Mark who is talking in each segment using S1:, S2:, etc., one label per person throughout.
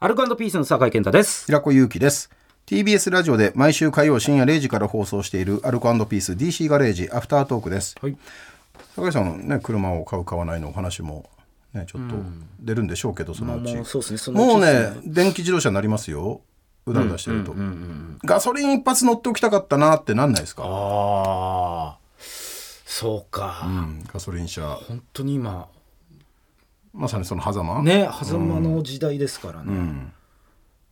S1: アルコピースの酒井健太です。
S2: 平子祐希です TBS ラジオで毎週火曜深夜0時から放送しているアルコピース DC ガレージアフタートークです
S1: はい。
S2: 高橋さんのね車を買う買わないのお話もねちょっと出るんでしょうけどそのうち、
S1: もうそうですねそのうち
S2: もうね電気自動車になりますようだうだしてると、ガソリン一発乗っておきたかったなってなんないですか、
S1: ああ、そうか。
S2: うん、ガソリン車
S1: 本当に今、
S2: まさにその狭間
S1: ね、狭間の時代ですからね。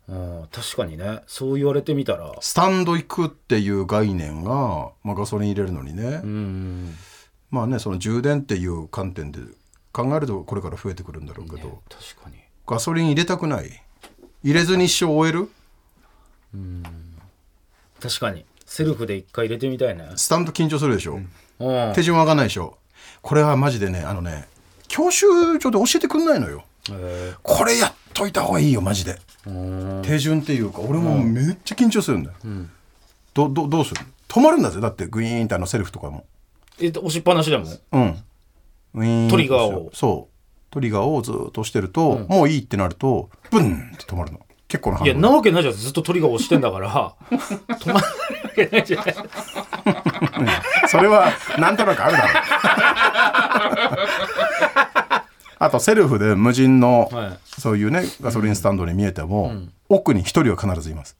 S1: うん、確かにね、そう言われてみたら。
S2: スタンド行くっていう概念が、まあ、ガソリン入れるのにね、
S1: うん、
S2: まあねその充電っていう観点で考えるとこれから増えてくるんだろうけど、
S1: 確かに。
S2: ガソリン入れたくない入れずに一生終える
S1: 確かに。セルフで一回入れてみたいね。
S2: スタンド緊張するでしょ、
S1: うん。
S2: 手順わかんないでしょこれはマジでねあのね教習所で教えてくんないのよ
S1: え
S2: これやっといた方がいいよマジで
S1: ー、
S2: 手順っていうか俺もめっちゃ緊張するんだよ、どどどうする止まるんだぜだってグイーンってあのセルフとかも
S1: えっと、押しっぱなしでも
S2: うんウィーン
S1: トリガーを
S2: そうトリガーをずっと押してると、もういいってなるとブンって止まるの結構ない反
S1: や、
S2: 応
S1: なわけないじゃん。ずっと鳥が押してんだ から。止まらないわけないじゃん。
S2: それはなんとなくあるだろう。 あとセルフで無人の、
S1: は
S2: そういうねガソリンスタンドに見えても、奥に一人は必ずいます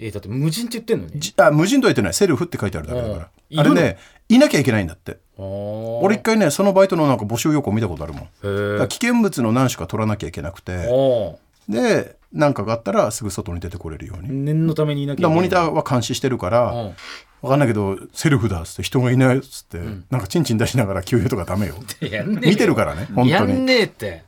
S1: えー、だって無人って言ってんのに。
S2: じあ無人とは言ってないセルフって書いてあるだけだから、
S1: うん
S2: あれ
S1: い
S2: ねいなきゃいけないんだって
S1: あー
S2: 俺一回ねそのバイトのなんか募集要項見たことあるもんだ
S1: へー
S2: から危険物の何種か取らなきゃいけなくて
S1: ああ。
S2: で何かがあったらすぐ外に出てこれるように、
S1: 念のためにいなきゃいけ
S2: だか
S1: ない
S2: らモニターは監視してるから、
S1: うん
S2: わかんないけどセルフだっつって人がいないっつって、なんかチンチン出しながら給油とかダ メよ
S1: やんねえよ
S2: 見てるからね本
S1: や
S2: 当
S1: ん
S2: に
S1: ねえって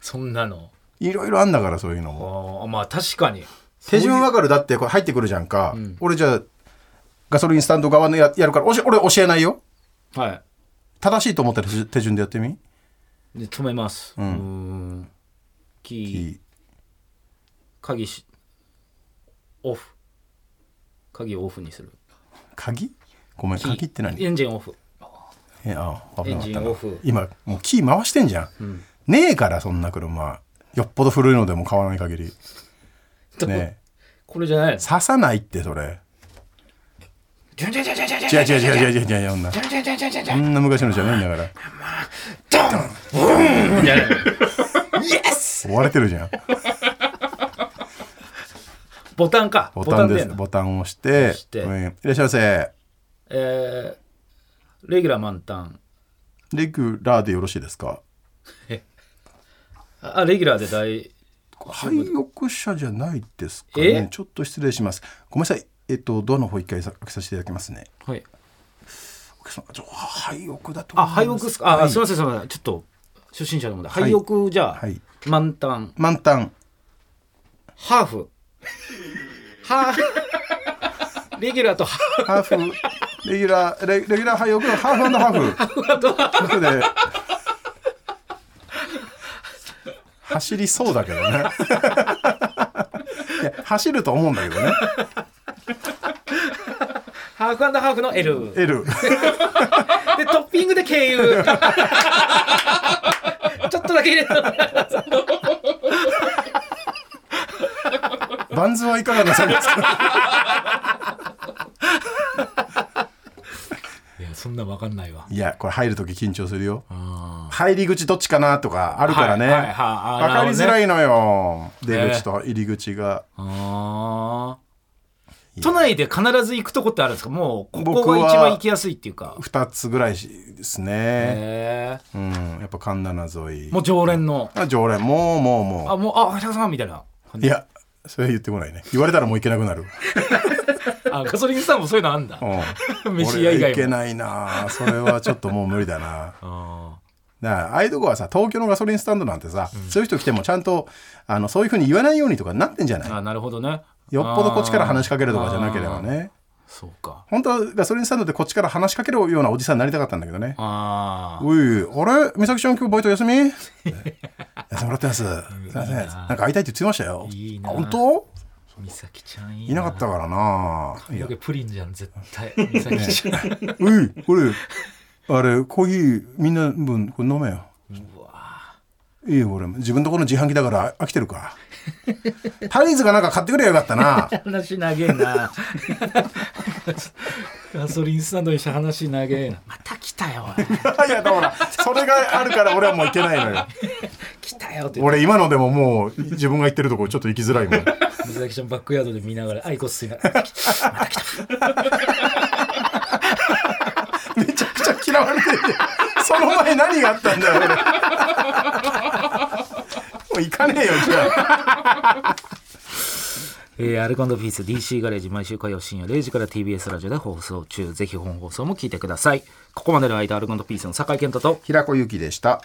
S1: そんなの
S2: いろいろあんだからそういうのも
S1: あーまあ確かに
S2: 手順わかるだってこれ入ってくるじゃんか、俺じゃあガソリンスタンド側のややるからおし俺教えないよ
S1: は
S2: 正しいと思ったら手手順でやってみ
S1: いで止めますうんんキ
S2: い
S1: ー
S2: い
S1: 鍵しオフ鍵をオフにする
S2: 鍵ごめん
S1: キー
S2: 鍵って何
S1: エンジンオフ
S2: えああ危なかっ
S1: エンジ
S2: た
S1: ン
S2: な
S1: オフ
S2: 今もうキー回してんじゃん、ねえからそんな車よっぽど古いのでも買わない限りねえ
S1: これじゃないの
S2: 刺さないってそれ
S1: ジュンジュンジュンジュンジュンジ
S2: 違う
S1: ュン
S2: 違う違う違う違う違うそんな
S1: ジュンジュンジュンジュンジュン
S2: そんな昔のじゃないんだから
S1: じゃないの
S2: 追われてるじゃん
S1: ボタンか
S2: ボタンで
S1: ボ
S2: す
S1: タ
S2: ボタンを押して
S1: 押して
S2: うんいらっしゃいませ
S1: えーレギュラー満タン
S2: レギュラーでよろしいですか
S1: あレギュラーで大
S2: 廃浴車じゃないですか
S1: え
S2: ねちょっと失礼しますごめんなさいえっとドアの方一回さ開けさせていただきますね
S1: はい
S2: お客様ちょ廃浴だと
S1: あ、
S2: 思い
S1: 廃屋
S2: ます
S1: ですか。あ、
S2: はい
S1: すみません、すみません。ちょっと初心者の問題。
S2: い
S1: 廃屋じゃあ、
S2: はい
S1: 満タン、
S2: 満タン
S1: ハーフ、ハーフ、レギュラーとハー
S2: ハーフレギュラーレレギュラー廃浴のハーフハーフハーフで走りそうだけどねいや走ると思うんだけどね
S1: フ、ハーフハーフの L。で
S2: L
S1: トッピングで経由。ちょっとだけ入れた。
S2: バンズはいかがなさいますか
S1: いや、そんなわかんないわ。
S2: いやこれ入る時緊張するよ
S1: あ
S2: 入り口どっちかなとかあるからね、
S1: はいはいはいあー
S2: 分かりづらいのよ、
S1: ね
S2: 出口と入り口が、
S1: あー。都内で必ず行くとこってあるんですか。もうここ
S2: 僕
S1: が
S2: は
S1: 一番行きやすいっていうか。
S2: 2つぐらいですね、
S1: へえ。
S2: うん、やっぱ神奈川沿い
S1: もう常連の。
S2: あ常連もうもう
S1: あ、
S2: も
S1: もうあ、平田さんみたいな。
S2: ういやそれ言ってこないね言われたらもういけなくなる、
S1: あ、ガソリンスタンドもそういうのあんだ。
S2: う ん、
S1: 飯屋以外も
S2: 俺いけないなそれはちょっともう無理だな
S1: あ
S2: だからああいうとこはさ東京のガソリンスタンドなんてさ、そういう人来てもちゃんとあのそういうふうに言わないようにとかなってんじゃない
S1: ーあ、なるほどね。
S2: よっぽどこっちから話しかけるとかじゃなければね
S1: そうか。
S2: 本当はガソリンスタンドでこっちから話しかけるようなおじさんになりたかったんだけどね
S1: ああ。
S2: おいあれ美咲ちゃん今日バイト休み休みもらってますすいませんなんか会いたいって言ってましたよ
S1: いいな
S2: あ本当
S1: 美咲ちゃんいい
S2: いなかったからないや
S1: 僕プリンじゃん、絶対。 美咲ちゃん。
S2: おいこれあれコーヒーみんな分これ飲めよ
S1: うわ
S2: いいよ俺も自分のところの自販機だから飽きてるかタイズがなんか買ってくれよかったな
S1: 話長えな ガソリンスタンドにして話長えなまた来たよおい
S2: いやだからそれがあるから俺はもういけないのよ
S1: 来たよって
S2: 俺今のでももう自分が言ってるとこちょっと行きづらいもん
S1: 水崎ちゃんバックヤードで見ながらあいこっすいながらまた来た
S2: めちゃくちゃ嫌われてるその前何があったんだよ俺も う行かねえよじゃあ
S1: えーアルコピース DC ガレージ毎週火曜深夜0時から TBS ラジオで放送中ぜひ本放送も聞いてくださいここまでの間アルコピースの酒井健太と
S3: 平子ゆきでした